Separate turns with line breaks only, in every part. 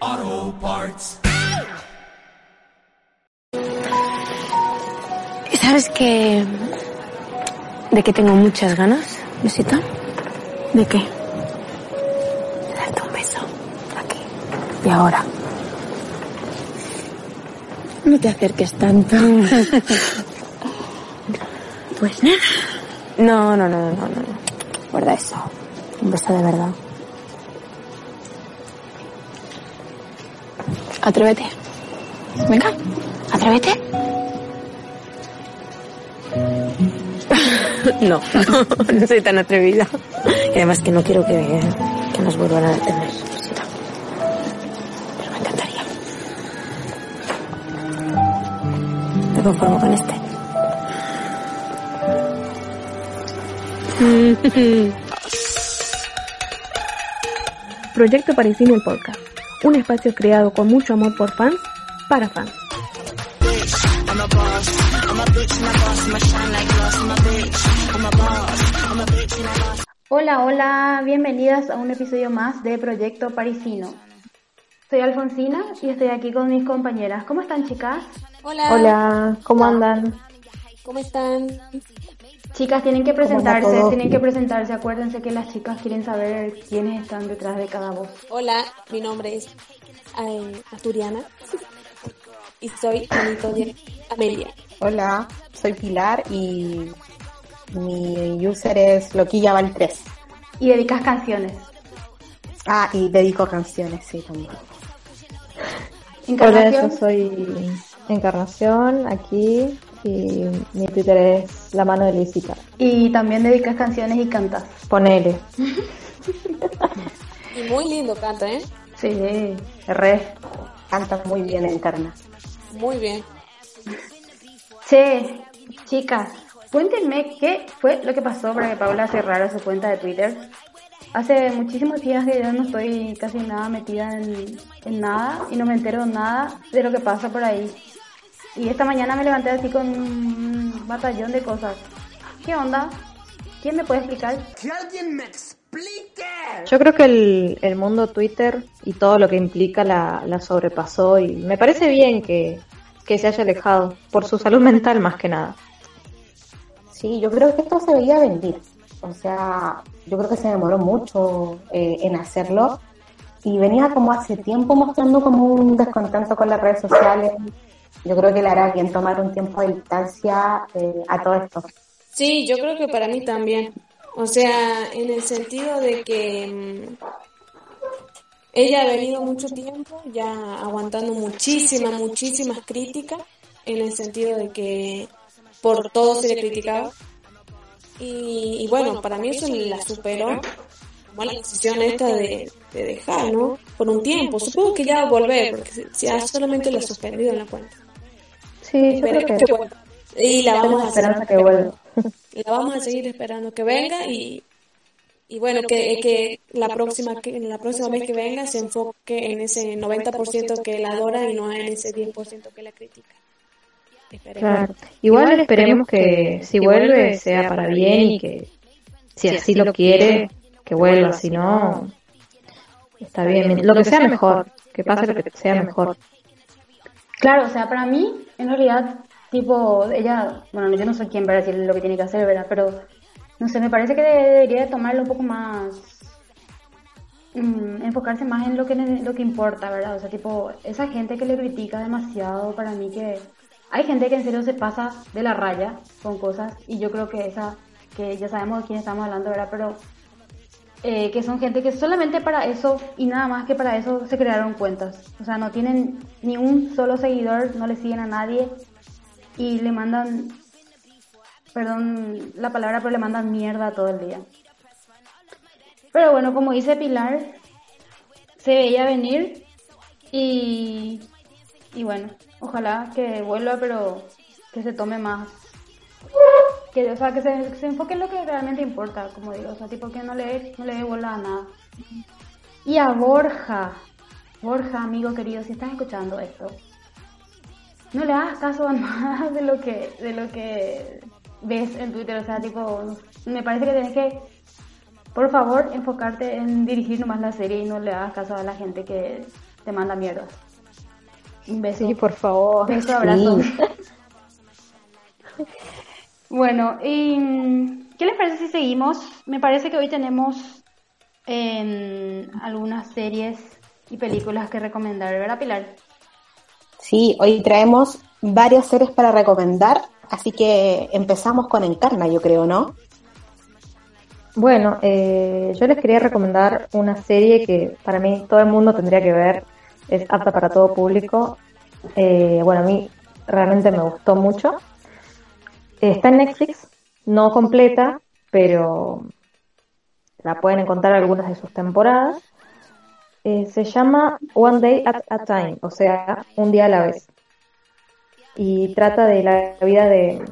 Auto parts.
¿Sabes qué? ¿De qué tengo muchas ganas, Besita? ¿De qué? De darte un beso. Aquí. Y ahora. No te acerques tanto. pues nada. No, no, no, no, no, no. Guarda eso. Un beso de verdad. Atrévete. Venga, atrévete. No, no soy tan atrevida. Y además que no quiero que, que nos vuelvan a detener. Rosita. Pero me encantaría. Me conformo con este.
Proyecto Parisino el Podcast, un espacio creado con mucho amor por fans para fans.
Hola, hola, bienvenidas a un episodio más de Proyecto Parisino. Soy Alfonsina y estoy aquí con mis compañeras. ¿Cómo están, chicas?
Hola.
Hola, ¿cómo andan?
¿Cómo están?
Chicas, tienen que presentarse,
todos?
tienen que presentarse. Acuérdense que las chicas quieren saber quiénes están detrás de cada voz.
Hola, mi nombre es eh, Asturiana y soy amigo de Amelia.
Hola, soy Pilar y mi user es Loquilla Val 3.
Y dedicas canciones.
Ah, y dedico canciones, sí, también. Hola, yo
Encarnación,
soy Encarnación, aquí, y mi Twitter es La Mano de Luisita.
y también dedicas canciones y cantas.
Ponele.
Y muy lindo canta, ¿eh?
Sí, re. Canta Ah, muy bien Encarna.
Muy bien.
Che, chicas, cuéntenme qué fue lo que pasó para que Paula cerrara su cuenta de Twitter. Hace muchísimos días que yo no estoy casi nada metida en, en nada y no me entero nada de lo que pasa por ahí. Y esta mañana me levanté así con un batallón de cosas. ¿Qué onda? ¿Quién me puede explicar?
Yo creo que el, el mundo Twitter y todo lo que implica la, la sobrepasó y me parece bien que, que se haya alejado, por su salud mental más que nada.
Sí, yo creo que esto se veía venir. O sea, yo creo que se demoró mucho eh, en hacerlo. Y venía como hace tiempo mostrando como un descontento con las redes sociales. Yo creo que le hará bien tomar un tiempo de distancia eh, a todo esto.
Sí, yo creo que para mí también. O sea, en el sentido de que mm, ella ha venido mucho tiempo ya aguantando muchísimas, muchísimas críticas, en el sentido de que por todo se le criticaba. Y, y bueno, para mí eso la superó. Tomó la decisión esta de, de dejar, ¿no? Por un tiempo. Supongo que ya va a volver, porque si- si ha solamente la suspendido en la cuenta.
Sí, yo creo que
vuelva. Y la vamos a hacer
Esperanza que vuelva.
la vamos a seguir esperando que venga y, y bueno, que, que la próxima que la próxima vez que venga se enfoque en ese 90% que la adora y no en ese 10% que la critica. Esperemos.
claro. Igual esperemos que si vuelve sea para bien y que si así lo quiere, que vuelva, si no, está bien. Lo que sea mejor, que pase lo que sea mejor.
Claro, o sea, para mí, en realidad, tipo, ella, bueno, yo no soy quien para decir lo que tiene que hacer, ¿verdad? Pero, no sé, me parece que debería tomarlo un poco más, mm, enfocarse más en lo que, ne- lo que importa, ¿verdad? O sea, tipo, esa gente que le critica demasiado, para mí que hay gente que en serio se pasa de la raya con cosas y yo creo que esa, que ya sabemos de quién estamos hablando, ¿verdad? Pero eh, que son gente que solamente para eso y nada más que para eso se crearon cuentas. O sea, no tienen ni un solo seguidor, no le siguen a nadie y le mandan, perdón la palabra, pero le mandan mierda todo el día. Pero bueno, como dice Pilar, se veía venir y, y bueno, Ojalá que vuelva, pero que se tome más. Que, o sea, que se, que se enfoque en lo que realmente importa, como digo. O sea, tipo que no le, no le dé bola a nada. Y a Borja. Borja, amigo querido, si estás escuchando esto, no le hagas caso a nada de lo que, de lo que ves en Twitter. O sea, tipo, me parece que tenés que, por favor, enfocarte en dirigir nomás la serie y no le hagas caso a la gente que te manda mierda. Un beso.
Sí, por favor.
Beso, abrazo. bueno, y mm, ¿qué les parece si seguimos? Me parece que hoy tenemos em, algunas series y películas que recomendar, ¿verdad, Pilar?
Sí, hoy traemos varias series para recomendar, así que empezamos con Encarna, yo creo, ¿no?
Bueno, eh, yo les quería recomendar una serie que para mí todo el mundo tendría que ver, es apta para todo público. Eh, bueno, a mí realmente me gustó mucho. Eh, Está en Netflix, no completa, pero la pueden encontrar algunas de sus temporadas. Eh, se llama One Day at a Time, o sea, un día a la vez. Y trata de la vida de,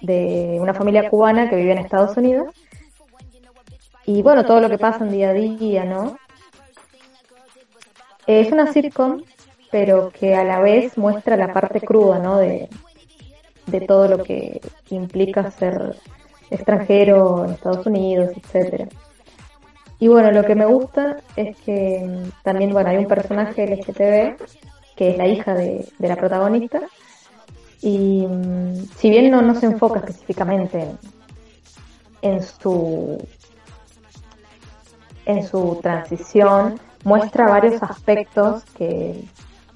de una familia cubana que vive en Estados Unidos. Y bueno, todo lo que pasa en día a día, ¿no? Eh, Es una sitcom, pero que a la vez muestra la parte cruda, ¿no? De, de todo lo que implica ser extranjero en Estados Unidos, etcétera. Y bueno, lo que me gusta es que mm, también, bueno, hay un personaje LGTB que es la hija de, de la protagonista. Y mm, si bien no, no se enfoca específicamente en, en su en su transición, muestra varios aspectos que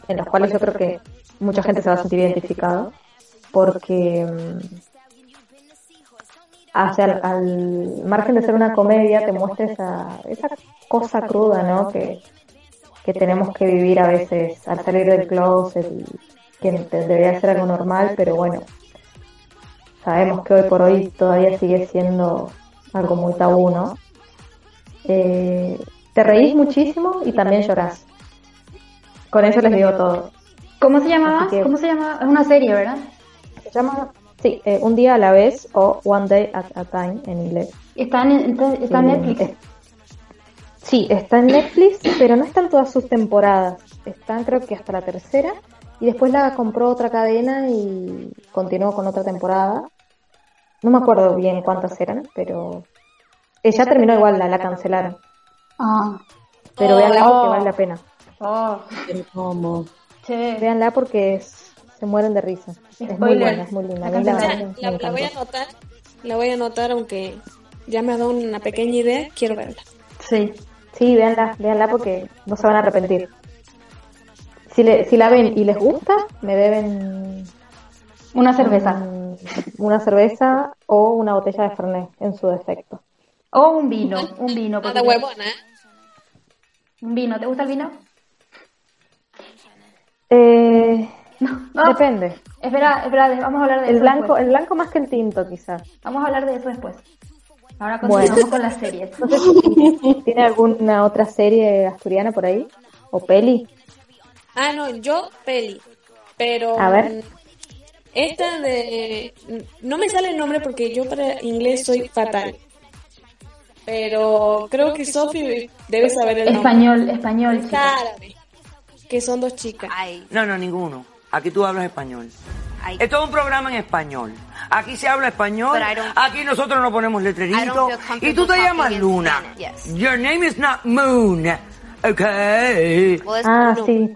en los cuales yo creo que mucha gente se va a sentir identificado porque mm, hacia al, al margen de ser una comedia te muestra esa, esa cosa cruda ¿no? que, que tenemos que vivir a veces al salir del closet y que te- debería ser algo normal pero bueno sabemos que hoy por hoy todavía sigue siendo algo muy tabú ¿no? Eh, te reís muchísimo y también llorás con eso les digo todo
¿Cómo se llamaba?
Así que-
¿Cómo se llamaba? Es una serie, ¿verdad?
se llama sí eh, un día a la vez o one day at a time en inglés
Está en, está, está en
Eh,
Netflix.
es- Sí, está en Netflix, pero no están todas sus temporadas. Están creo que hasta la tercera. Y después la compró otra cadena y continuó con otra temporada. No me acuerdo bien cuántas eran, pero... eh, ya terminó igual, la, la cancelaron.
Ah.
Pero véanla
Oh.
porque vale la pena.
Oh,
Pero ¿cómo?
che.
Véanla porque es- se mueren de risa. Es muy
Spoiler.
buena, es muy linda.
La
A mí la
O sea,
verdad que
la,
me
la voy a
encantó.
anotar, la voy a anotar aunque ya me ha dado una pequeña idea, quiero verla.
Sí.
Sí, véanla, véanla porque no se van a arrepentir. Si, le- si la ven y les gusta, me deben
Una cerveza.
Mm, Una cerveza o una botella de Fernet en su defecto.
O un vino. Un vino.
Nada
porque-
huevona, ¿eh?
Un vino. ¿Te gusta el vino?
Eh,
No.
Depende.
Espera, espera, de- vamos a hablar de
El
eso
blanco,
después.
el blanco más que el tinto, quizás.
Vamos a hablar de eso después. Ahora
Bueno.
continuamos con las series.
¿Tiene alguna otra serie asturiana por ahí? ¿O peli?
Ah, no, yo peli. Pero.
A ver.
Esta de. No me sale el nombre porque yo para inglés soy fatal. Pero creo que Sophie debe saber el nombre.
Español, español.
Es
chicos.
árabe. Que son dos chicas.
Ay, no, no, ninguno. Aquí tú hablas español. Esto es un programa en español. Aquí se habla español.
But I don't-
Aquí nosotros no ponemos
I
letreritos.
don't feel comfortable
Y tú te
talking
llamas
in
Luna.
Spanish, yes.
Your name is not Moon. Okay.
Pues,
Well, it's
Ah,
no.
sí,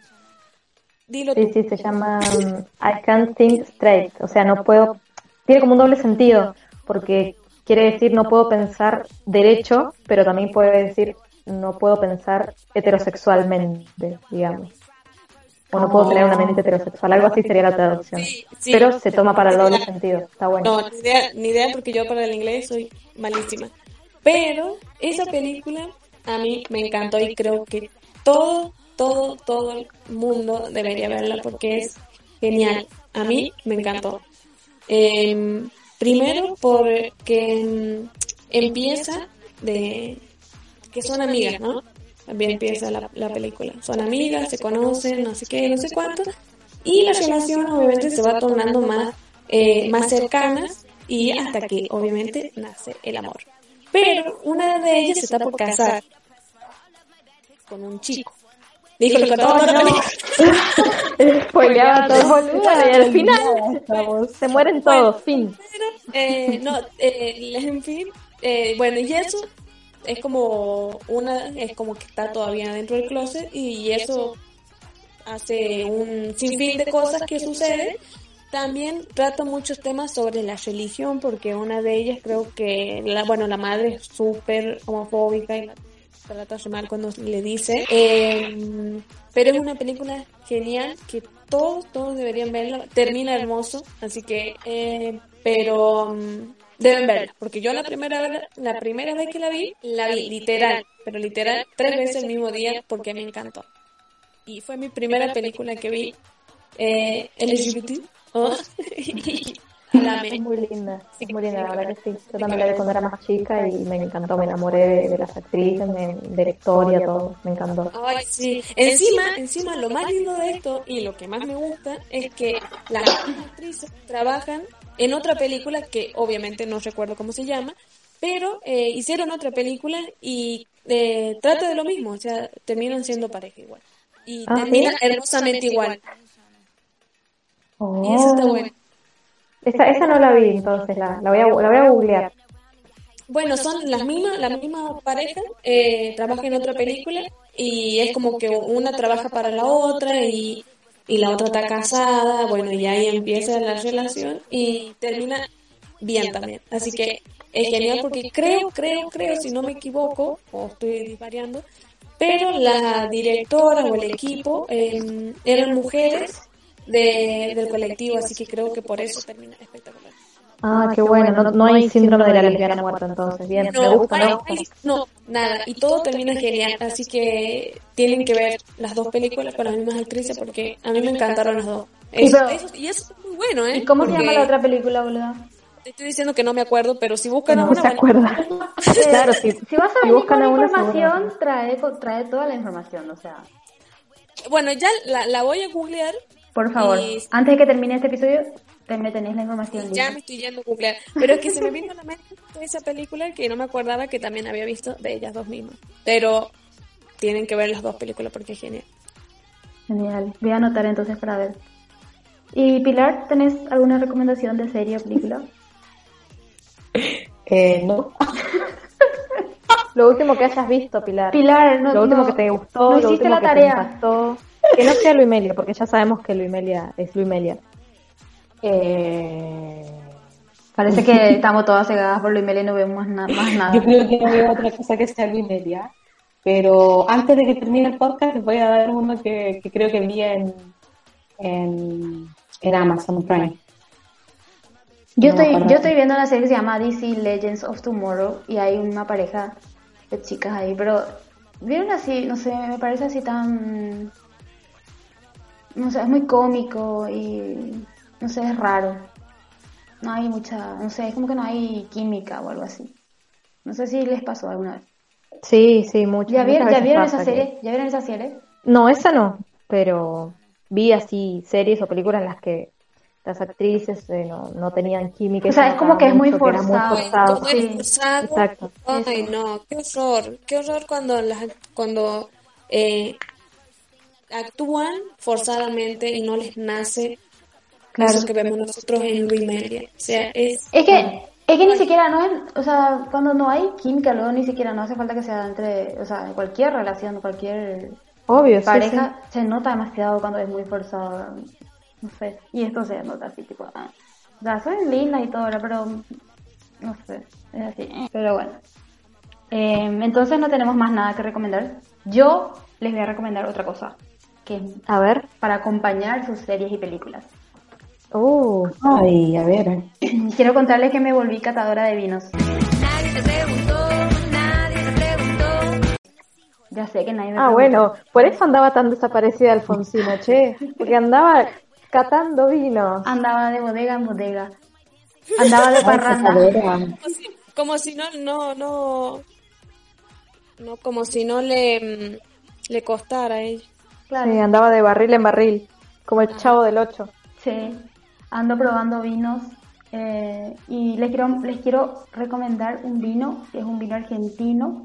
Dilo
sí,
tú.
sí, se llama mm, I Can't Think Straight. O sea, no puedo. Tiene como un doble sentido, porque quiere decir no puedo pensar derecho, pero también puede decir no puedo pensar heterosexualmente, digamos. O no puedo tener una mente heterosexual, algo así sería la traducción.
Sí, sí.
Pero se toma para el doble
Claro.
sentido, está bueno.
No, ni idea, ni idea porque yo para el inglés soy malísima. Pero esa película a mí me encantó y creo que todo, todo, todo el mundo debería verla porque es genial. A mí me encantó. Em, primero porque em, empieza de que son amigas, ¿no? También empieza la, la película. Son amigas, se conocen, no sé qué, no sé cuánto. y la relación obviamente se va tornando más, eh, más cercana y hasta que obviamente nace el amor. Pero una de ellas se está por casar con un chico. Dijo lo que todo no,
Spoileaba todo, boluda, y al final se mueren todos, fin.
eh, no, eh, en fin, eh, bueno, y eso es como una, es como que está todavía dentro del closet y eso hace un sinfín de cosas que suceden. También trata muchos temas sobre la religión porque una de ellas creo que, la, bueno, la madre es súper homofóbica y la trata re mal cuando le dice. Eh, pero es una película genial que todos, todos deberían verla. Termina hermoso, así que, eh, pero mm, deben verla. Porque yo la primera, vez- la primera vez que la vi, la vi literal, pero literal tres veces el mismo día porque me encantó. Y fue mi primera película que vi eh, LGBT. ¿no? Y la amé.
Es muy linda, es muy linda, la verdad que sí. Yo también la vi cuando era más chica y me encantó, me enamoré de, de las actrices, me- de la historia, todo, me encantó.
Ay, sí. Encima, encima, lo más lindo de esto y lo que más me gusta es que las mismas actrices trabajan en otra película que obviamente no recuerdo cómo se llama, pero eh, hicieron otra película y eh, trata de lo mismo, o sea, terminan siendo pareja igual. Y
Ah, ¿sí?
terminan hermosamente igual. Y eso
Oh.
está bueno.
Esa, esa no la vi, entonces la, la, voy, a, la voy a googlear.
Bueno, son las mismas, las mismas parejas, eh, trabajan en otra película y es como que una trabaja para la otra y, y la otra está casada, bueno, y ahí empieza la relación y termina bien también. Así que es genial porque creo, creo, creo, si no me equivoco, o estoy disvariando, pero la directora o el equipo eh, eran mujeres de- del colectivo, así que creo que por eso termina espectacular.
Ah, qué bueno, no, no hay síndrome de la lesbiana muerta entonces, bien, me gusta, me
hay-
gusta.
hay- no, nada. Y todo termina genial. Así que tienen que ver las dos películas con las mismas actrices porque a mí me encantaron las dos.
Y
Eso-
pero-
eso- y eso es muy bueno, ¿eh?
¿Y cómo se
Porque
llama la otra película, boluda?
Te estoy diciendo que no me acuerdo, pero si buscan
No
alguna
se
van-
acuerda. Claro, si,
Si vas
si
a venir con
buscan a una seguro.
información, trae, co- trae toda la información, o sea,
Bueno, ya la, la voy a googlear.
por favor,
Y-
antes de que termine este episodio, te- me tenéis la información.
Ya
lista.
me estoy yendo a googlear. Pero es que se me vino a la mente esa película que no me acordaba que también había visto de ellas dos mismas. Pero tienen que ver las dos películas porque es genial.
Genial, voy a anotar entonces para ver. Y Pilar, ¿tenés alguna recomendación de serie o película?
Eh, no.
Lo último que hayas visto, Pilar.
Pilar, no,
lo último
no,
que te gustó,
no
lo
hiciste
último
la
que te
tarea.
impactó. Que no sea Luimelia, porque ya sabemos que Luimelia es Luimelia.
Eh,
Parece que estamos todas cegadas por Luis Meli y no vemos más, na- más nada.
yo creo que no veo otra cosa que sea Luis Media. Pero antes de que termine el podcast, les voy a dar uno que, que creo que vi en, en, en Amazon Prime.
Yo
No me
estoy,
acuerdo.
yo estoy viendo una serie que se llama DC Legends of Tomorrow y hay una pareja de chicas ahí, pero vieron así, no sé, me parece así tan, no sé, es muy cómico y no sé, es raro. No hay mucha, no sé, es como que no hay química o algo así. No sé si les pasó alguna vez.
Sí, sí, mucho.
¿Ya vieron, ya
Muchas veces
vieron
pasa
esa
que-
serie? ¿Ya vieron esa serie?
No, esa no, pero vi así series o películas en las que las actrices eh, no, no tenían química. y
O sea,
se
es como que es
notaban
muy
mucho era muy
forzado.
forzado.
Todo
sí.
es forzado.
Exacto.
Ay, no, qué horror, qué horror cuando las, cuando eh, actúan forzadamente y no les nace eso que vemos nosotros en Luis Melia. O sea, es
Es que, es que ni siquiera no es, o sea, cuando no hay química, luego ni siquiera no hace falta que sea entre, o sea, en cualquier relación, cualquier
Obvio, sí,
pareja, se nota demasiado cuando es muy forzado, no sé, y esto se nota así, tipo, ah. o sea, son lindas y todo, ¿verdad? pero no sé, es así, eh, pero bueno. Eh, entonces no tenemos más nada que recomendar. Yo les voy a recomendar otra cosa, que es
sí. A ver.
para acompañar sus series y películas.
Uh,
Ay, a ver.
Quiero contarles que me volví catadora de vinos. Ya sé que nadie me
ah,
preguntó.
bueno, por eso andaba tan desaparecida Alfonsina, che, porque andaba catando vino.
Andaba de bodega en bodega. Andaba de parranda.
Catadora.
como si, como si no, no, no, no, como si no le, mm, le costara a ella.
Claro.
Sí, andaba de barril en barril.
Como el chavo del 8.
Sí, ando probando vinos eh, y les quiero, les quiero recomendar un vino, que es un vino argentino,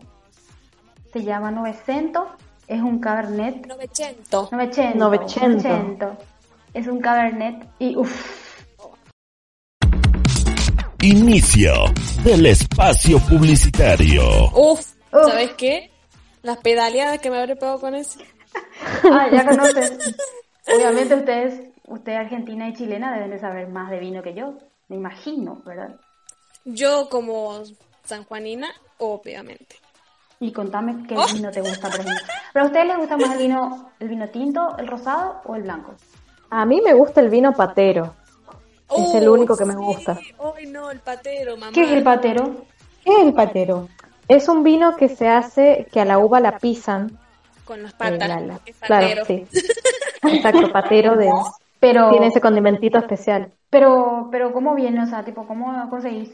se llama 900, es un cabernet.
900.
900.
900.
Es un cabernet y uff,
Inicio del espacio publicitario.
Uf, ¿sabes qué? Las pedaleadas que me habré pegado con ese.
Ah, ya conocen. Obviamente ustedes, usted argentina y chilena deben de saber más de vino que yo, me imagino, ¿verdad?
Yo como sanjuanina, obviamente.
Y contame
Oh.
qué vino te gusta, por ejemplo. ¿Pero a ustedes les gusta más el vino, el vino tinto, el rosado o el blanco?
A mí me gusta el vino patero. Es el
Oh,
único que me
sí.
gusta.
Ay, no, el patero, mamá.
¿Qué es el patero?
¿Qué es el patero?
Es un vino que se hace, que a la uva la pisan.
Con las
eh,
patas.
la- la-
es
claro,
patero.
sí. Exacto, patero de...
Pero,
Tiene ese condimentito especial.
pero, pero ¿cómo viene? O sea, tipo, ¿cómo conseguís?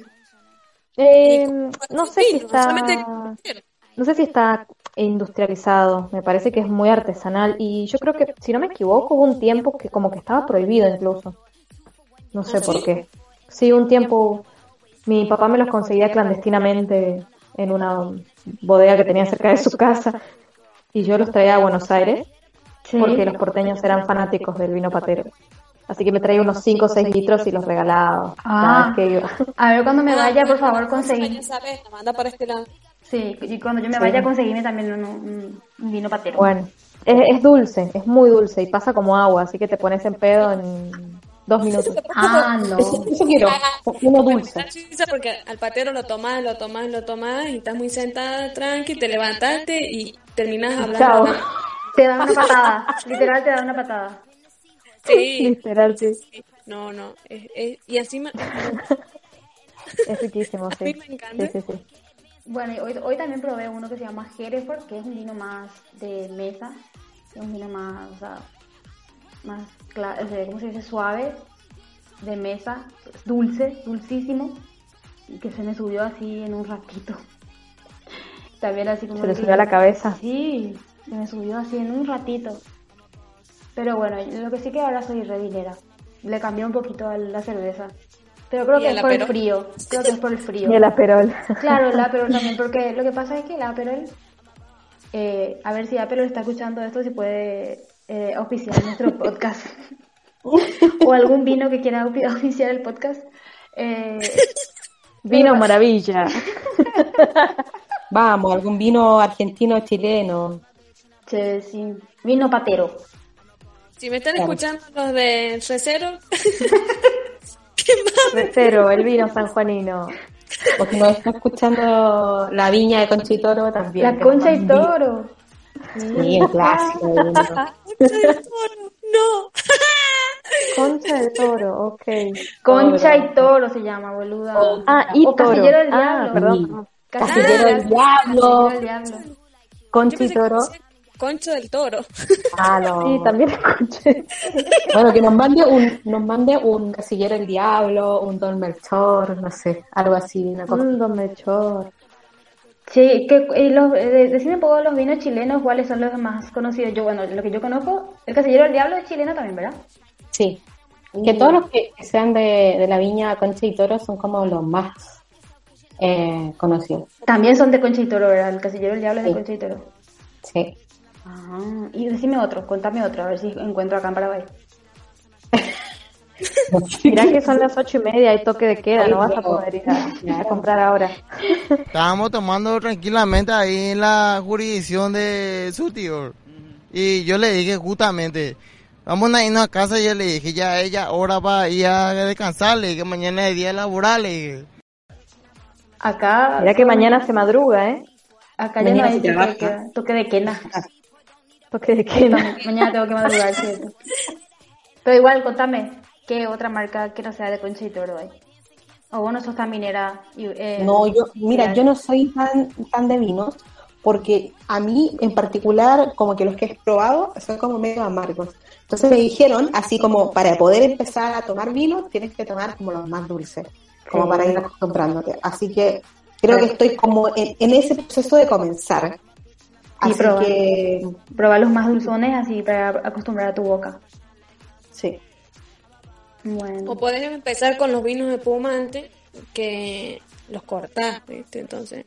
Eh, no sé si
Vino, solamente
está...
patero.
No sé si está industrializado, me parece que es muy artesanal y yo creo que, si no me equivoco, hubo un tiempo que como que estaba prohibido incluso. No sé
¿Ah,
por
sí?
qué. Sí, un tiempo mi papá me los conseguía clandestinamente en una bodega que tenía cerca de su casa y yo los traía a Buenos Aires porque los porteños eran fanáticos del vino patero. Así que me traía unos 5 o 6 litros y los regalaba cada
Ah.
vez que iba.
A ver, cuando
Ah,
me vaya, por favor,
conseguí.
conseguí.
La manda para este lado.
Sí, y cuando yo me
Sí.
vaya, conseguíme también un, un- un vino patero.
Bueno, es, es dulce, es muy dulce y pasa como agua, así que te pones en pedo en dos minutos.
Ah, no.
Eso quiero, uno dulce.
Está chorizo Porque al patero lo tomás, lo tomás, lo tomás y estás muy sentada, tranqui, te levantaste y terminás hablando.
Chao.
Te dan una patada. Literal, te dan una patada.
Sí,
Literal, sí.
sí. No, no. es- es- y así me-
Es riquísimo, sí.
A mí me encanta.
Sí, sí, sí.
Bueno, y hoy, hoy también probé uno que se llama Hereford, que es un vino más de mesa, es un vino más, o sea, más, cla- o sea, ¿cómo se dice? Suave, de mesa, dulce, dulcísimo, y que se me subió así en un ratito. También así como...
Se le
que-
subió a la cabeza.
Sí, se me subió así en un ratito. Pero bueno, lo que sí que ahora soy revinera. Le cambié un poquito a la cerveza. Pero creo
¿Y
que
al
es por el
Aperol?
frío. Creo que es por el frío.
Y el aperol.
Claro, el Aperol también, porque lo que pasa es que el Aperol, eh, a ver si Aperol está escuchando esto, si puede eh, auspiciar nuestro podcast. o algún vino que quiera aupi- auspiciar el podcast. Eh,
Vino maravilla.
Vamos, algún vino argentino chileno.
che, sí, vino patero.
Si me están
Claro.
escuchando los de Recero,
Recero, el vino sanjuanino.
Porque nos está escuchando la viña de Concha y Toro también.
La concha y toro.
Sí, el clásico. de vino.
no.
Concha de toro, ok.
Concha y toro se llama, boluda.
Ah, y
O
toro.
Casillero del
ah,
Diablo.
perdón. perdón.
Casillero del
Casillero
Diablo.
del diablo.
Yo
Concha y
pensé que
Toro.
decía Concho del Toro.
Ah, no.
Sí, también escuché.
Bueno, que nos mande un, nos mande un casillero el diablo, un don Melchor, no sé, algo así, una cosa.
Mm, Don Melchor.
Sí, que, y los, eh, de- decime un poco los vinos chilenos, cuáles son los más conocidos. Yo, bueno, lo que yo conozco, el Casillero del Diablo es chileno también, ¿verdad?
Sí. Que todos los que sean de, de la viña Concha y Toro son como los más eh, conocidos.
También son de Concha y Toro, ¿verdad? El Casillero del Diablo es de
Sí.
Concha y Toro.
Sí.
Ah, y decime otro, contame otro, a ver si encuentro acá en Paraguay.
Mirá que son las ocho y media, hay toque de queda, no vas a poder ir a, a comprar ahora.
Estábamos tomando tranquilamente ahí en la jurisdicción de su tío. Y yo le dije justamente, vamos a irnos a casa. Y yo le dije, ya ella ahora va a ir a descansar. Le dije, mañana es día laboral. le dije.
Acá,
Mirá que mañana se madruga, ¿eh?
acá ya no
mañana
hay
se
toque de
trabaja.
queda, toque de quena.
Ah. Toque de queda.
mañana tengo que madrugar, ¿cierto? Pero igual, contame, ¿qué otra marca que no sea de Concha y Toro hay? O vos no sos tan minera. y, eh,
No, yo, mira, yo no soy tan, tan de vinos, porque a mí en particular, como que los que he probado son como medio amargos. Entonces me dijeron, así como para poder empezar a tomar vino, tienes que tomar como los más dulces, como
Sí.
para ir acostumbrándote. Así que creo que estoy como en, en ese proceso de comenzar.
Y
Así
probar.
que
Probar los más dulzones así para acostumbrar a tu boca.
Sí.
Bueno.
O podés empezar con los vinos de espumante que los cortás, ¿viste? Entonces,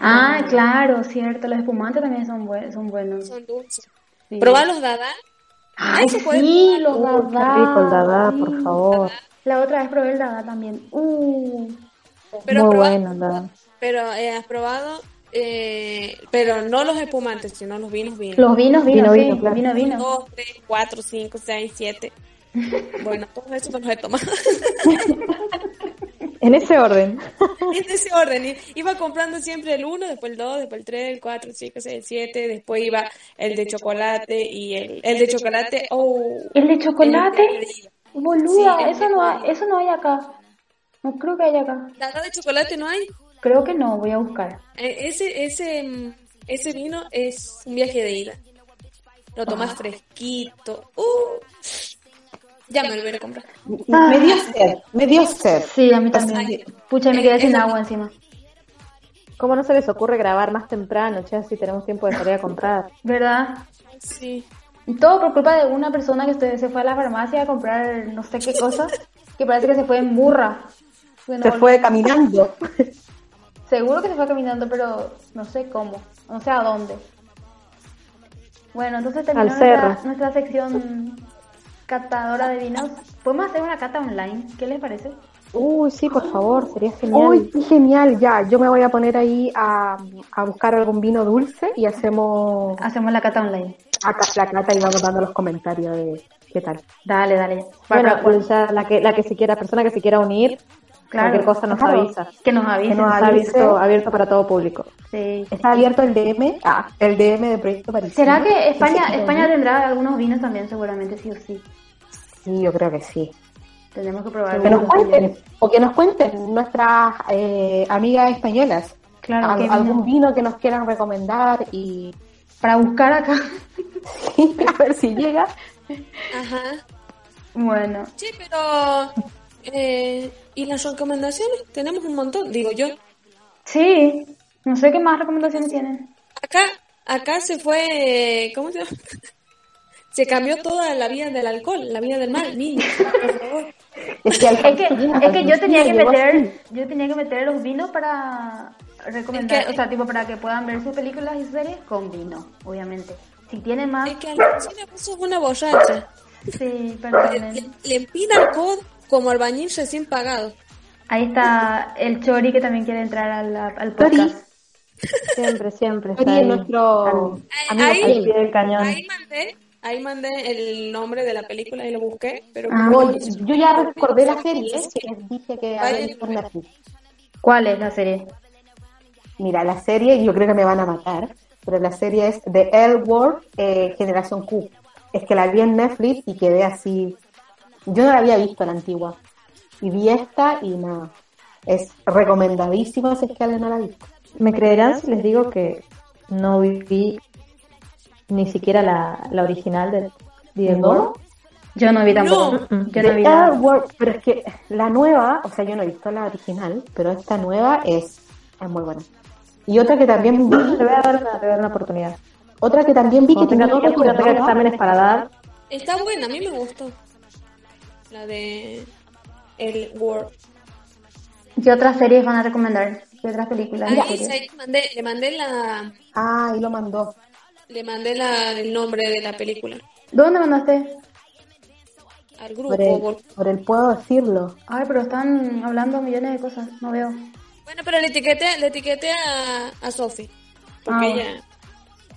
Ah, claro, cierto. Los espumantes también son, buen- son buenos.
Son dulces.
Sí.
probá los dadá.
Ay,
Eso puede-
sí, los
Uh, qué
dadá.
rico el dadá, por
sí.
favor.
La otra vez probé el dadá también. Uh.
Pero
Muy
probá-
bueno el dadá.
Pero eh, has probado, eh, pero no los espumantes, sino los vinos, vinos.
Los vinos, vinos, Vino, sí. vino, claro.
Vino, vino.
Dos, tres, cuatro, cinco, seis, siete. Bueno, todos esos me los he tomado.
En ese orden.
en ese orden. I- Iba comprando siempre el 1, después el 2, después el 3, el 4, el 5, 6, el 7. Después iba el de chocolate y el, el de chocolate. Oh,
¿El de chocolate?
El de-
Boluda,
Sí, el
eso, no ha- eso no hay acá. No creo que haya acá.
¿Nada de chocolate no hay?
Creo que no, voy a buscar.
Eh, Ese, ese, mm, ese vino es un viaje de ida. Lo tomas fresquito. Uh, ya me lo hubiera comprado.
Ah.
Me dio sed, me dio sed.
Sí, a mí también. Pucha, me quedé sin agua encima.
¿Cómo no se les ocurre grabar más temprano, che, si tenemos tiempo de salir a comprar?
¿Verdad?
Sí.
Y todo por culpa de una persona que usted se fue a la farmacia a comprar no sé qué cosa, que parece que se fue en burra. Bueno,
Se fue caminando.
Seguro que se fue caminando, pero no sé cómo, no sé a dónde. Bueno, entonces terminó
Al
nuestra,
cerro.
nuestra sección catadora de vinos. ¿Podemos hacer una cata online? ¿Qué les parece?
Uy, sí, por favor, sería genial.
Uy, qué genial, ya. Yo me voy a poner ahí a, a buscar algún vino dulce y hacemos
Hacemos la cata online.
acá la cata y vamos dando los comentarios de qué tal.
Dale, dale.
bueno,
Bárbara,
pues ya la que, la que se quiera, persona que se quiera unir, cualquier cosa nos
claro,
avisa.
Que nos avise.
Que nos
avise.
está abierto, abierto para todo público.
Sí.
Está abierto el DM, ah, el DM de Proyecto París.
¿Será que España España tendrá algunos vinos también seguramente sí o sí?
Sí, yo creo que sí.
Tenemos que probar.
Que nos
algunos
cuenten,
también.
o que nos cuenten nuestras eh, amigas españolas.
Claro,
Al-
qué
algún vino que nos quieran recomendar y
Para buscar acá.
a ver si llega.
Ajá.
Bueno,
Sí, pero. eh, ¿Y las recomendaciones? Tenemos un montón, digo yo.
sí. No sé qué más recomendaciones tienen.
Acá, acá se fue. eh, ¿Cómo se llama? Se cambió toda la vida del alcohol, la vida del mal, niños. Por favor.
Es que, al-
Es que, es que yo tenía que
llegó
meter
así.
yo tenía que meter los vinos para recomendar,
Es que-
o sea, tipo para que puedan ver sus películas y sus series con vino, obviamente. Si tienen más,
Es que Alfonsina vos sos una borracha.
sí,
Le,
perdonen.
le- le empina el codo como albañil recién pagado.
Ahí está el Chori que también quiere entrar al, al podcast.
Siempre, siempre.
Ori
Está
es
ahí,
nuestro amigo
ahí-
al
fiel.
pie del cañón.
Ahí mandé, ahí mandé el nombre de la película y lo busqué, pero
Ah,
como-
Oh, Yo ya recordé la serie que les dije que había visto en Netflix.
¿Cuál es la serie?
Mira, la serie, yo creo que me van a matar, pero la serie es The L Word eh, Generación Q. Es que la vi en Netflix y quedé así. Yo no la había visto la antigua. Y vi esta y nada. Es recomendadísima si es que alguien no la ha visto.
¿Me creerán si les digo que no viví ni siquiera la, la original del Diego?
Yo no vi
tampoco.
tampoco.
No.
Yo
The
no vi
L Word, pero es que la nueva, o sea, yo no he visto la original, pero esta nueva es, es muy buena. Y otra que también vi,
Le voy a dar una, le voy a dar una oportunidad.
otra que también vi que
Cuando tenga
tenía otra
tiempo, cuando tenga
curadora.
exámenes para dar,
Está buena, a mí me gustó. La de el Word.
¿Qué otras series van a recomendar? ¿Qué otras películas?
Ahí,
series?
ahí le mandé, le mandé la,
Ah, y lo mandó.
le mandé la, el nombre de la película
¿Dónde mandaste?
al
Por
grupo.
el,
bol-
por el puedo decirlo.
Ay, pero están hablando millones de cosas, no veo.
Bueno, pero le etiqueté, le etiqueté a, a Sofi. Porque
Ah,
ella.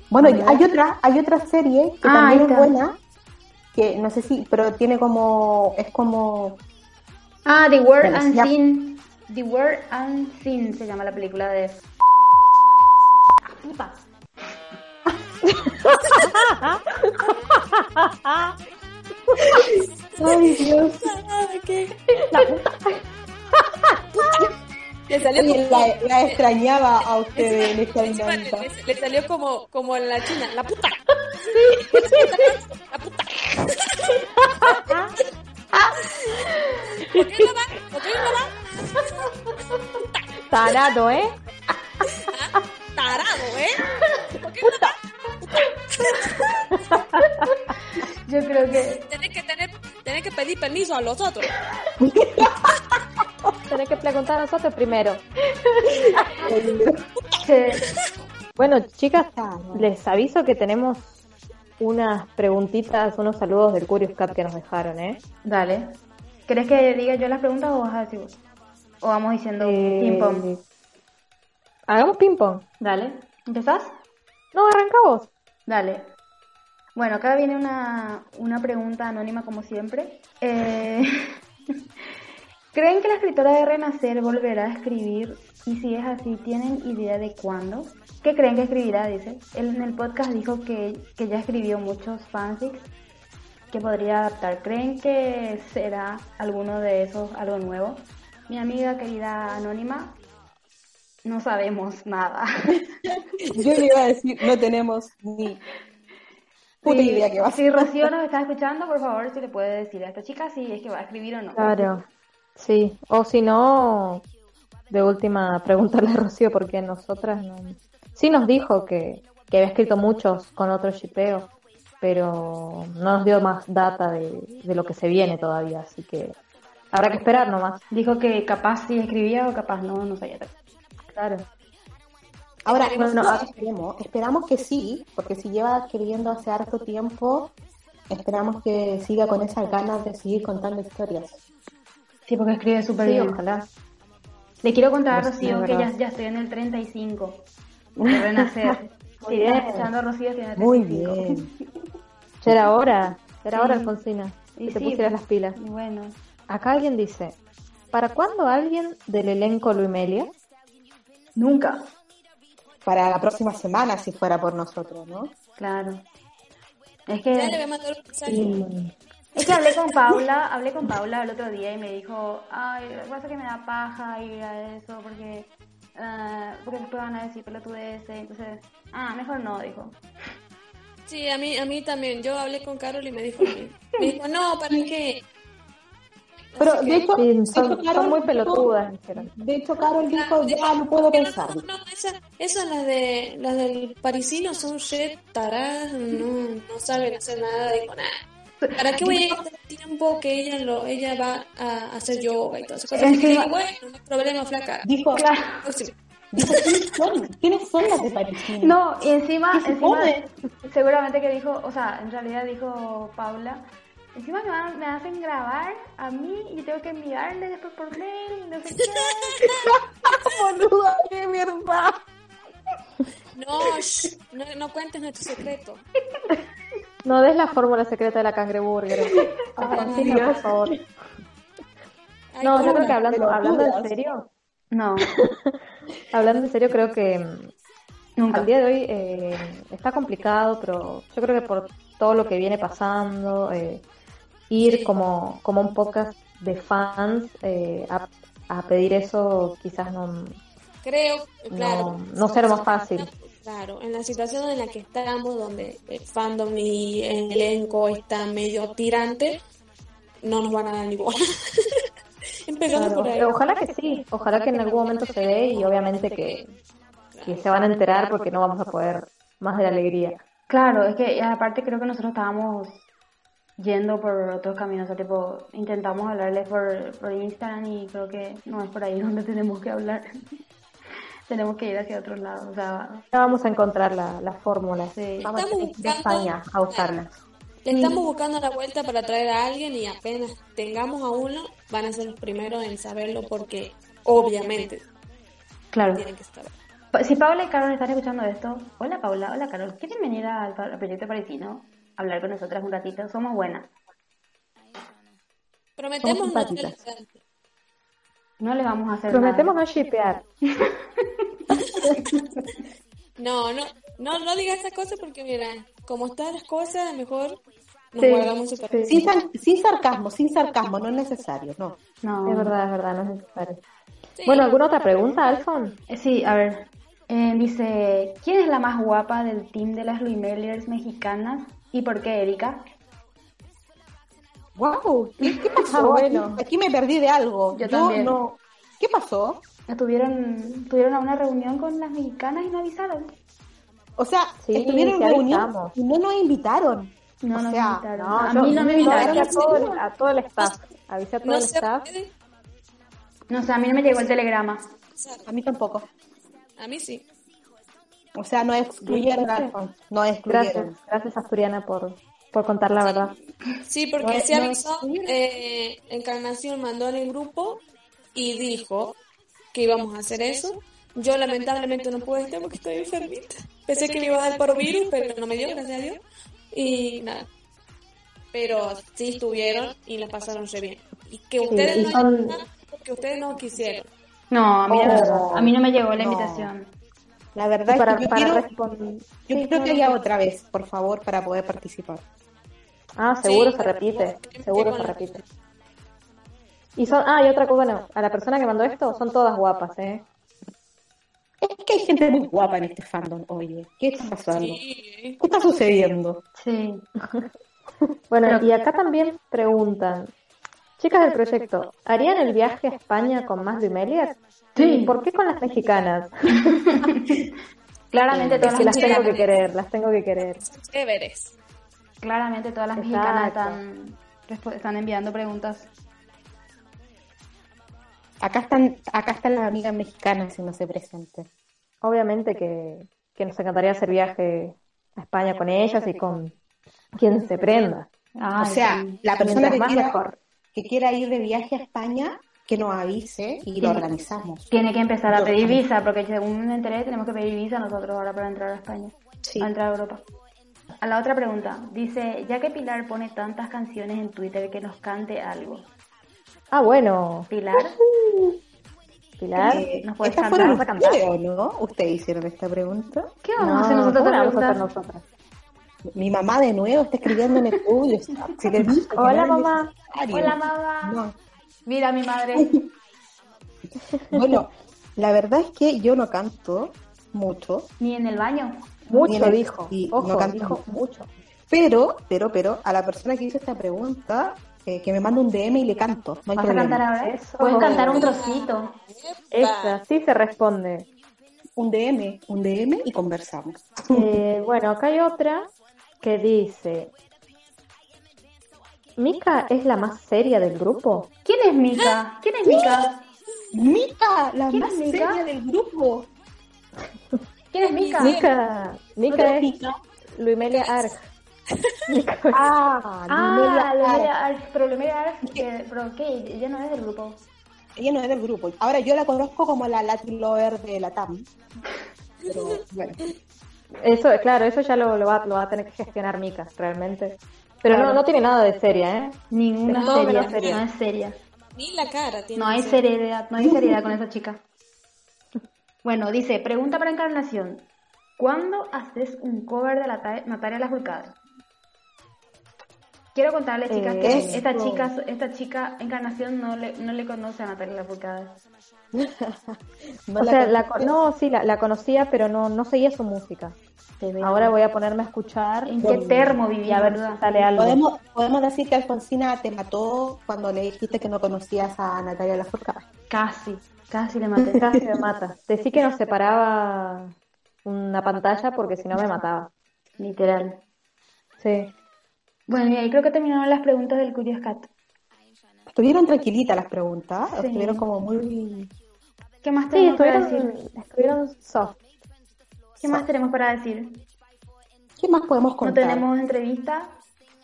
Bueno, y hay otra, hay otra serie que
Ah, ahí
también
está.
es buena, que no sé si, pero tiene como, es como,
Ah, The World
Bueno, ya.
Unseen. The World Unseen se llama la película de. Puta.
ay Dios,
Ah, ¿qué? Le salió
Oye,
como-
la, la extrañaba a ustedes en
Encima-
esta
encima le,
dinámica.
le- le salió como, como en la china, la puta. La puta. ¿Por qué no va? ¿Por qué no va?
tarado, ¿eh?
Tarado, ¿eh?
Yo creo que.
Tenés que Tenés que pedir permiso a los otros.
Tenés que preguntar a nosotros primero. Che, Bueno, chicas, les aviso que tenemos unas preguntitas, unos saludos del Curious Cat que nos dejaron, ¿eh?
Dale. ¿Querés que diga yo las preguntas o vas a decir vos? O vamos diciendo ping-pong.
Hagamos ping-pong.
Dale. ¿Empezás?
No, arranca vos.
Dale. Bueno, acá viene una, una pregunta anónima como siempre. Eh, ¿Creen que la escritora de Renacer volverá a escribir? Y si es así, ¿tienen idea de cuándo? ¿Qué creen que escribirá? Dice. Él en el podcast dijo que, que ya escribió muchos fanfics que podría adaptar. ¿Creen que será alguno de esos algo nuevo? Mi amiga querida anónima, no sabemos nada.
Yo le iba a decir, no tenemos ni puta
Sí,
idea que va a
Si
ser.
Rocío nos está escuchando, por favor, si le puede decir a esta chica si es que va a escribir o no.
Claro. Sí. O si no, de última, preguntarle a Rocío porque nosotras no... Sí nos dijo que, que había escrito muchos con otro shipeo, pero no nos dio más data de, de lo que se viene todavía, así que habrá que esperar nomás.
Dijo que capaz sí escribía o capaz no, no sabía.
Claro.
Ahora,
Bueno,
nosotros
ahora-
esperemos, esperamos que sí, porque si lleva adquiriendo hace harto tiempo, esperamos que siga con esas ganas de seguir contando historias.
Sí, porque escribe súper
Sí,
bien.
ojalá.
Le quiero contar a
Pues sí,
Rocío
es
que ya,
verdad.
ya estoy en el 35 de renacer.
Muy
Si bien
bien.
escuchando a Rocío, estoy en el 35.
Muy bien.
Ya era hora, ya era
Sí.
hora, Alfonsina,
Y
que te
sí,
pusieras las pilas.
y bueno,
Acá alguien dice, ¿para cuándo alguien del elenco Luimelia?
Nunca.
Para la próxima semana, si fuera por nosotros, ¿no?
claro. Es
Ya le voy a
que,
mandar un mensaje.
Sí.
es que hablé con Paula, hablé con Paula el otro día y me dijo, ay, lo que pasa es que me da paja ir a eso porque, ah, porque después van a decir pelotudeces, entonces, ah, mejor no, dijo.
Sí, a mí, a mí también. Yo hablé con Carol y me dijo, lo mismo. me dijo, no, ¿para qué?
Pero de hecho, de
Sí,
hecho,
son,
Carol
son muy
dijo-
pelotudas, dijeron.
De hecho, Carol dijo, Oh, ya no puedo pensar.
No, esa- esas las de las del parisino son shit, taradas, no, no saben hacer nada, digo nada. ¿Para qué voy a gastar el tiempo que ella lo, ella va a hacer yoga y todas esas cosas? Y
Encima-
dije, bueno, no hay problema, flaca.
Dijo,
Próximo.
dijo, ¿quiénes son? ¿Quiénes son las de París?
No, y encima,
¿Qué se
encima
come?
seguramente que dijo, o sea, en realidad dijo Paula, encima me, van- me hacen grabar a mí y tengo que enviarle después por mail, no sé qué.
Boluda, qué mierda.
No, shh, no, no cuentes nuestro secreto.
No des la fórmula secreta de la cangreburger. Alfonsina, por favor.
Ay,
No, yo
¿cómo
creo que
no?
hablando, hablando en serio,
No,
hablando en serio, creo que mm,
nunca.
al día de hoy eh, está complicado, pero yo creo que por todo lo que viene pasando, eh, ir como, como un podcast de fans eh, a, a pedir eso quizás no,
Creo, claro.
no, no será más fácil.
Claro, en la situación en la que estamos, donde el fandom y el elenco está medio tirante, no nos van a dar ni bola. Empezando
Claro,
por ahí.
pero ojalá que sí, ojalá que en algún momento se dé y obviamente que, que se van a enterar porque no vamos a poder más de la alegría.
Claro, es que y aparte creo que nosotros estábamos yendo por otros caminos, o sea, tipo, intentamos hablarles por, por Instagram y creo que no es por ahí donde tenemos que hablar. tenemos que ir hacia otro lado, o sea,
Ya vamos a encontrar la, la fórmula.
sí.
Vamos
Estamos
a tener que ir a
buscando-
España a buscarla.
Le estamos buscando la vuelta para traer a alguien y apenas tengamos a uno, van a ser los primeros en saberlo porque obviamente
Claro.
tienen que saber.
Pa- Si Paula y Carol están escuchando esto, hola Paula, hola Carol, ¿quieren venir al, pa- al proyecto parisino a hablar con nosotras un ratito? Somos buenas.
Prometemos no ser
simpáticas.
tanto.
No les vamos a hacer
Prometemos
nada.
no shipear.
No, no, no, no digas esas cosas porque mira, como están las cosas, mejor nos
Sí,
guardamos súper.
sí.
Sin, sar- sin sarcasmo, sin sarcasmo, no es necesario, no.
No.
Es verdad, es verdad, no es necesario.
Sí.
Bueno, ¿alguna otra pregunta, Alfon?
Eh, Sí, a ver. Eh, dice, ¿quién es la más guapa del team de las Luimeliers mexicanas? ¿Y por qué Erika?
¡Wow! ¿Qué, qué pasó?
Ah, bueno.
aquí, aquí me perdí de algo.
Yo también.
no- ¿Qué pasó?
Estuvieron, tuvieron a una reunión con las mexicanas y no avisaron.
O sea,
Sí,
estuvieron
sí,
reunidos
avisamos.
y no nos invitaron.
No,
O
no
sea,
me invitaron.
no,
a
yo-
mí no me
no,
invitaron.
era todo el- a todo el staff. Avisa a todo
No
el
se
staff.
No sé, a mí no me llegó el telegrama.
A mí tampoco.
A mí sí.
O sea, no excluyeron, Alfonso. No excluyeron.
Gracias, gracias Asturiana por, por contar la verdad.
Sí, porque
No,
se
no,
avisó, eh, Encarnación mandó en el grupo y dijo que íbamos a hacer eso. Yo lamentablemente no pude estar porque estoy enfermita. Pensé que me iba a dar por virus, pero no me dio, gracias a Dios. Y nada. Pero sí estuvieron y la pasaron re bien. Y que ustedes
y
no
son-
hayan nada porque ustedes no quisieron.
No, a mí,
Oh,
no, a mí no me llegó la
no.
invitación.
La verdad
Para-
es que yo
para
quiero,
responder-
yo
Sí,
creo que
no,
haya
no.
otra vez, por favor, para poder participar.
Ah, seguro se repite, seguro se repite. Y son, ah, y otra cosa, bueno, a la persona que mandó esto son todas guapas, ¿eh?
Es que hay gente muy guapa en este fandom, oye. ¿Qué está pasando?
¿Qué
está sucediendo?
Sí.
Bueno,
Pero-
y acá también preguntan, chicas del proyecto, ¿harían el viaje a España con más Melia? Sí. ¿Por qué con las mexicanas?
Claramente
Es
todas
que
las
las tengo que
mexicanas.
querer, las tengo que querer.
Chéveres.
Claramente todas las mexicanas están, respo- están enviando preguntas.
Acá están, acá están las amigas mexicanas si no se presenten.
Obviamente que, que nos encantaría hacer viaje a España con ellas y con quien se prenda.
o sea, la persona
Mientras
que
más
quiera,
mejor.
que quiera ir de viaje a España, que nos avise y lo
Sí.
organizamos.
Tiene que empezar a
Yo-
pedir visa, porque según me enteré, tenemos que pedir visa nosotros ahora para entrar a España,
Sí.
a entrar a Europa. A la otra pregunta, dice, ya que Pilar pone tantas canciones en Twitter, que nos cante algo.
Ah, bueno,
Pilar,
Pilar.
Eh,
¿Nos puedes
¿Estas
cantar?
fueron
¿Vas a
cantar?
ustedes o no? ¿Ustedes hicieron esta pregunta?
¿qué vamos a hacer nosotros?
¿cómo la vamos a hacer
preguntas?
nosotras?
Mi mamá de nuevo está escribiendo en el audio. Así que dijo que no
Hola,
era
mamá.
necesario.
Hola mamá,
No.
mira mi madre.
Bueno, la verdad es que yo no canto mucho.
Ni en el baño.
Mucho
Tiene-
dijo.
y
Ojo,
no canto
dijo mucho.
Pero, pero, pero, a la persona que hizo esta pregunta, eh, que me manda un DM y le canto. No hay
¿Vas a
problema.
cantar ahora?
Eso.
Puedes cantar un trocito.
Esa, sí se responde.
Un DM, un DM y conversamos.
Eh, bueno, acá hay otra que dice: Mika es la más seria del grupo.
¿Quién es Mika? ¿Quién es Mika?
¡Mica! La
¿Quién
más
es Mica?
seria del grupo.
¿Quién es Mika?
Mika, Mika es
Mica.
Luimelia Arg.
Ah,
Ah,
Lumelia Ara.
Lemelia Arch, pero Lemelia Arch, que- pero ¿qué? Ella no es del grupo.
Ella no es del grupo. Ahora yo la conozco como la Latin Lover de la TAM. Pero bueno,
Eso, claro, eso ya lo, lo va, lo va a tener que gestionar Mika, realmente. Pero
Claro.
no, no tiene nada de seria, ¿eh?
Ninguna
No,
seria,
pero seria.
no es seria.
Ni la cara tiene.
No hay
serio.
seriedad, no hay seriedad con esa chica. Bueno, dice, pregunta para Encarnación. ¿Cuándo haces un cover de la ta- Natalia Lafourcade? Quiero contarles, chicas,
Eh,
que
eso.
esta chica, esta chica Encarnación no le, no le conoce a Natalia Lafourcade.
no
O sea,
conozco.
la, co- no, sí, la, la conocía, pero no, no seguía su música. Ahora voy a ponerme a escuchar
¿En qué termo
y
vivía,
a ver
boluda?
si sale algo.
¿Podemos, podemos decir que Alfonsina te mató cuando le dijiste que no conocías a Natalia Lafourcade.
Casi, casi le maté.
Casi me mata. Decí que nos separaba una pantalla porque si no me mataba.
Literal.
Sí.
Bueno, y ahí creo que terminaron las preguntas del Curious Cat.
Estuvieron tranquilitas las preguntas,
Sí.
estuvieron como muy...
¿Qué más
Sí,
tenemos para
estuvieron,
decir?
estuvieron soft.
¿Qué más tenemos para decir?
¿Qué más podemos
No
contar?
tenemos entrevista,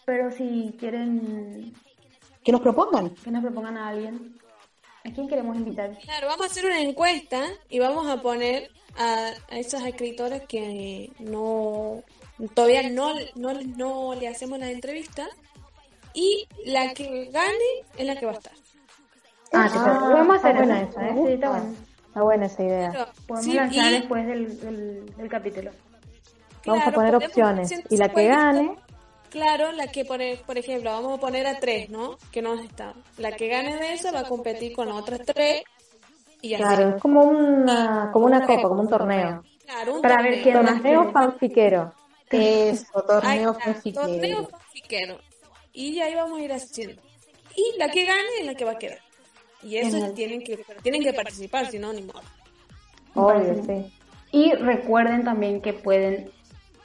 pero si quieren
Que nos propongan.
que nos propongan a alguien, ¿a quién queremos invitar?
Claro, vamos a hacer una encuesta y vamos a poner a, a esos escritores que no todavía no, no, no le hacemos la entrevista y la que gane es la que va a estar.
Ah, podemos hacer
buena
eso,
esa, ¿eh?
sí, está bueno.
Está buena esa idea.
Pero,
Podemos
sí,
lanzar
y,
después del, del, del capítulo.
Vamos a
claro,
poner
ponemos
opciones. Y la que
150,
gane,
Claro, la que pone, por ejemplo, vamos a poner a tres, ¿no? Que no está. La que gane de esa va a competir con otras tres y así.
claro, es como una, como una copa, como un torneo.
Claro, un
Para ver
torneo.
quién más
Torneo
quiere.
fanfiquero.
Eso,
Ahí
torneo
está, torneo
fanfiquero.
fanfiquero. Y ahí vamos a ir haciendo. Y la que gane es la que va a quedar. Y eso tienen que, tienen que participar, si no, ni modo.
Obvio, sí.
Y recuerden también que pueden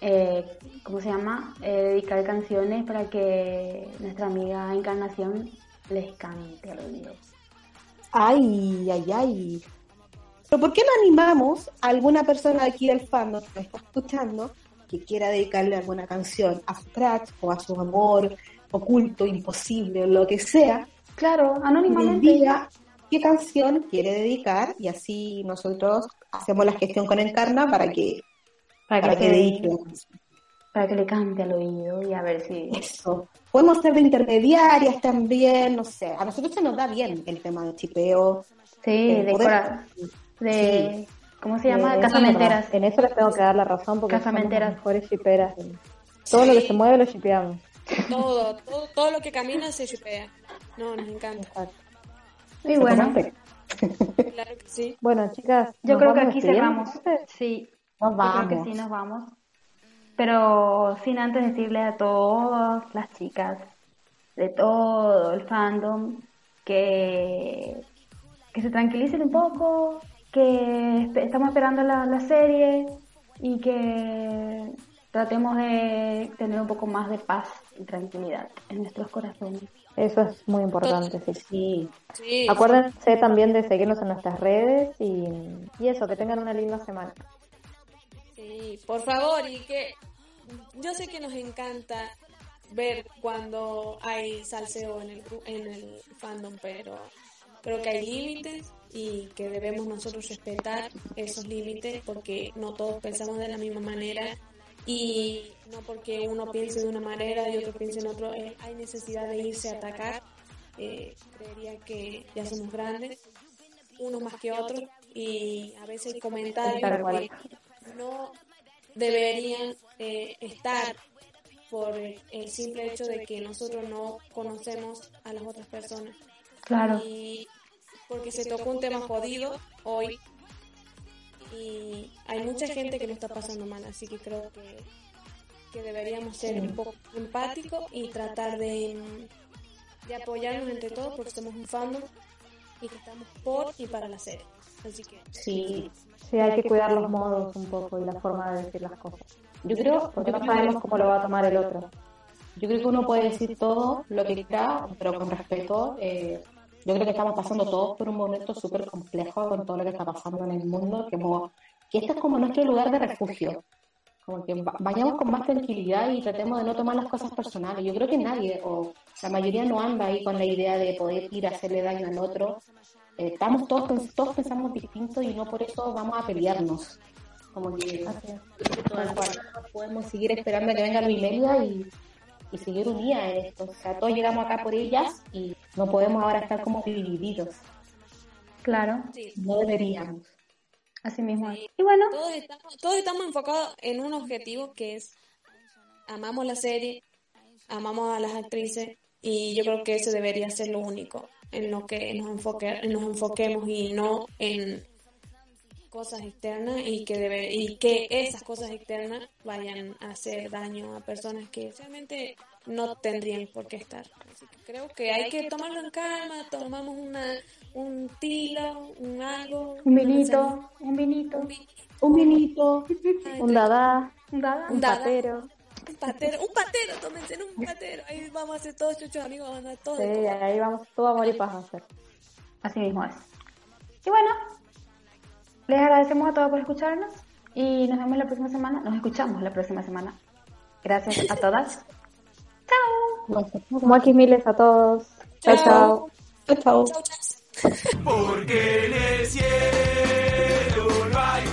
eh, ¿cómo se llama? Eh, dedicar canciones para que nuestra amiga Encarnación les cante algún día.
Ay, ay, ay. Pero ¿por qué no animamos a alguna persona de aquí del fandom que nos está escuchando que quiera dedicarle alguna canción a su crack o a su amor oculto, imposible o lo que sea?
Claro,
anónimamente. diga qué canción quiere dedicar y así nosotros hacemos la gestión con Encarna para que
Para que le-
dedique la canción.
Para que le cante al oído y a ver si...
Eso. Podemos ser de intermediarias también, no sé. A nosotros se nos da bien el tema de chipeo.
Sí,
el
de
poder-
cora- de- ¿cómo se
Eh,
llama?
no,
Casamenteras.
En eso les tengo que dar la razón porque somos
Casamenteras.
las mejores shiperas. Todo lo que se mueve lo shipeamos.
Todo, todo, todo lo que camina se chupea. No, nos encanta.
Y bueno.
Claro que sí.
Bueno, chicas,
Yo
¿nos
creo que
vamos
aquí
despidiendo?
cerramos. Sí.
Nos
Yo creo
vamos.
que sí, nos vamos. Pero sin antes decirles a todas las chicas de todo el fandom que, que se tranquilicen un poco, que esp- estamos esperando la, la serie y que tratemos de tener un poco más de paz y tranquilidad en nuestros corazones.
Eso es muy importante, sí.
Sí.
Acuérdense también de seguirnos en nuestras redes y, y eso, que tengan una linda semana.
Sí, por favor, y que yo sé que nos encanta ver cuando hay salseo en el, gru- en el fandom, pero creo que hay límites y que debemos nosotros respetar esos límites porque no todos pensamos de la misma manera y no porque uno piense de una manera y otro piense en otro, eh, hay necesidad de irse a atacar. Eh, creería que ya somos grandes, unos más que otros, y a veces hay comentarios
Tal cual.
que no deberían eh, estar por el simple hecho de que nosotros no conocemos a las otras personas.
Claro.
Y porque se tocó un tema jodido hoy y hay mucha gente que lo está pasando mal, así que creo que, que deberíamos ser
Sí.
un poco empáticos y tratar de, mm, de apoyarnos entre todos porque somos un fandom y que estamos por y para la serie. Así que
Sí.
Sí, hay que cuidar los modos un poco y la forma de decir las cosas.
Yo creo-
porque
yo
no
creo-
sabemos cómo lo va a tomar el otro.
Yo creo que uno puede decir todo lo que quiera, pero con respeto. eh, yo creo que estamos pasando todos por un momento súper complejo con todo lo que está pasando en el mundo, que, hemos- que este es como nuestro lugar de refugio. Como que va- vayamos con más tranquilidad y tratemos de no tomar las cosas personales. Yo creo que nadie, o la mayoría no anda ahí con la idea de poder ir a hacerle daño al otro. Eh, estamos todos, pens- todos pensamos distinto y no por eso vamos a pelearnos. Como que Tal cual. podemos seguir esperando a que venga Luis Melia y y seguir unida en esto. O sea, todos llegamos acá por ellas y no podemos ahora estar como divididos.
Claro,
No deberíamos.
así mismo.
Sí.
Y bueno,
Todos estamos, todos estamos enfocados en un objetivo que es amamos la serie, amamos a las actrices y yo creo que eso debería ser lo único en lo que nos, enfoque, nos enfoquemos y no en cosas externas y que debe- y que esas cosas externas vayan a hacer daño a personas que realmente no tendrían por qué estar. Así que creo que hay que tomarlo en calma, tomamos una, un tilo, un algo,
un
una
vinito, un vinito,
Un vinito,
Un dada,
un dada.
un
Dada.
patero.
Un patero, un patero, tómense en un patero. Ahí vamos a hacer todos chuchos, amigos, vamos a andar todos.
Sí,
de copa.
ahí vamos todo amor y paz a hacer.
Así mismo es. Y bueno, les agradecemos a todos por escucharnos y nos vemos la próxima semana. Nos escuchamos la próxima semana. Gracias a todas. ¡Chao!
Muchis miles a todos. Chao, chao.
Chao, chao.
Chau, chas.
Porque en el cielo no hay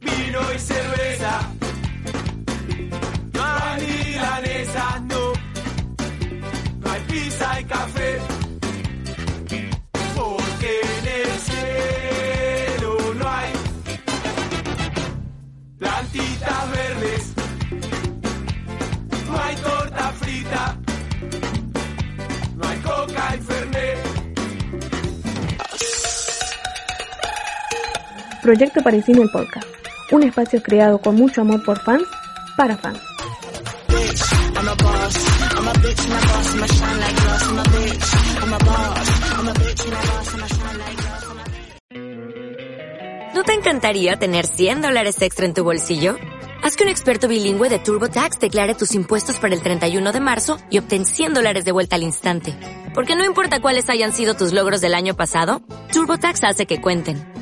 vino y cerveza. No hay milanesa, no. No hay pizza y café. Porque en el cielo no hay plantitas verdes. No hay torta frita. No hay coca y fernet.
Proyecto para Encima el Podcast. Un espacio creado con mucho amor por fans para fans.
¿No te encantaría encantaría tener 100 dólares extra en tu bolsillo? Haz que un experto bilingüe de TurboTax declare tus impuestos para el 31 de marzo y obtén 100 dólares de vuelta al instante. Porque no importa cuáles hayan sido tus logros del año pasado, TurboTax hace que cuenten.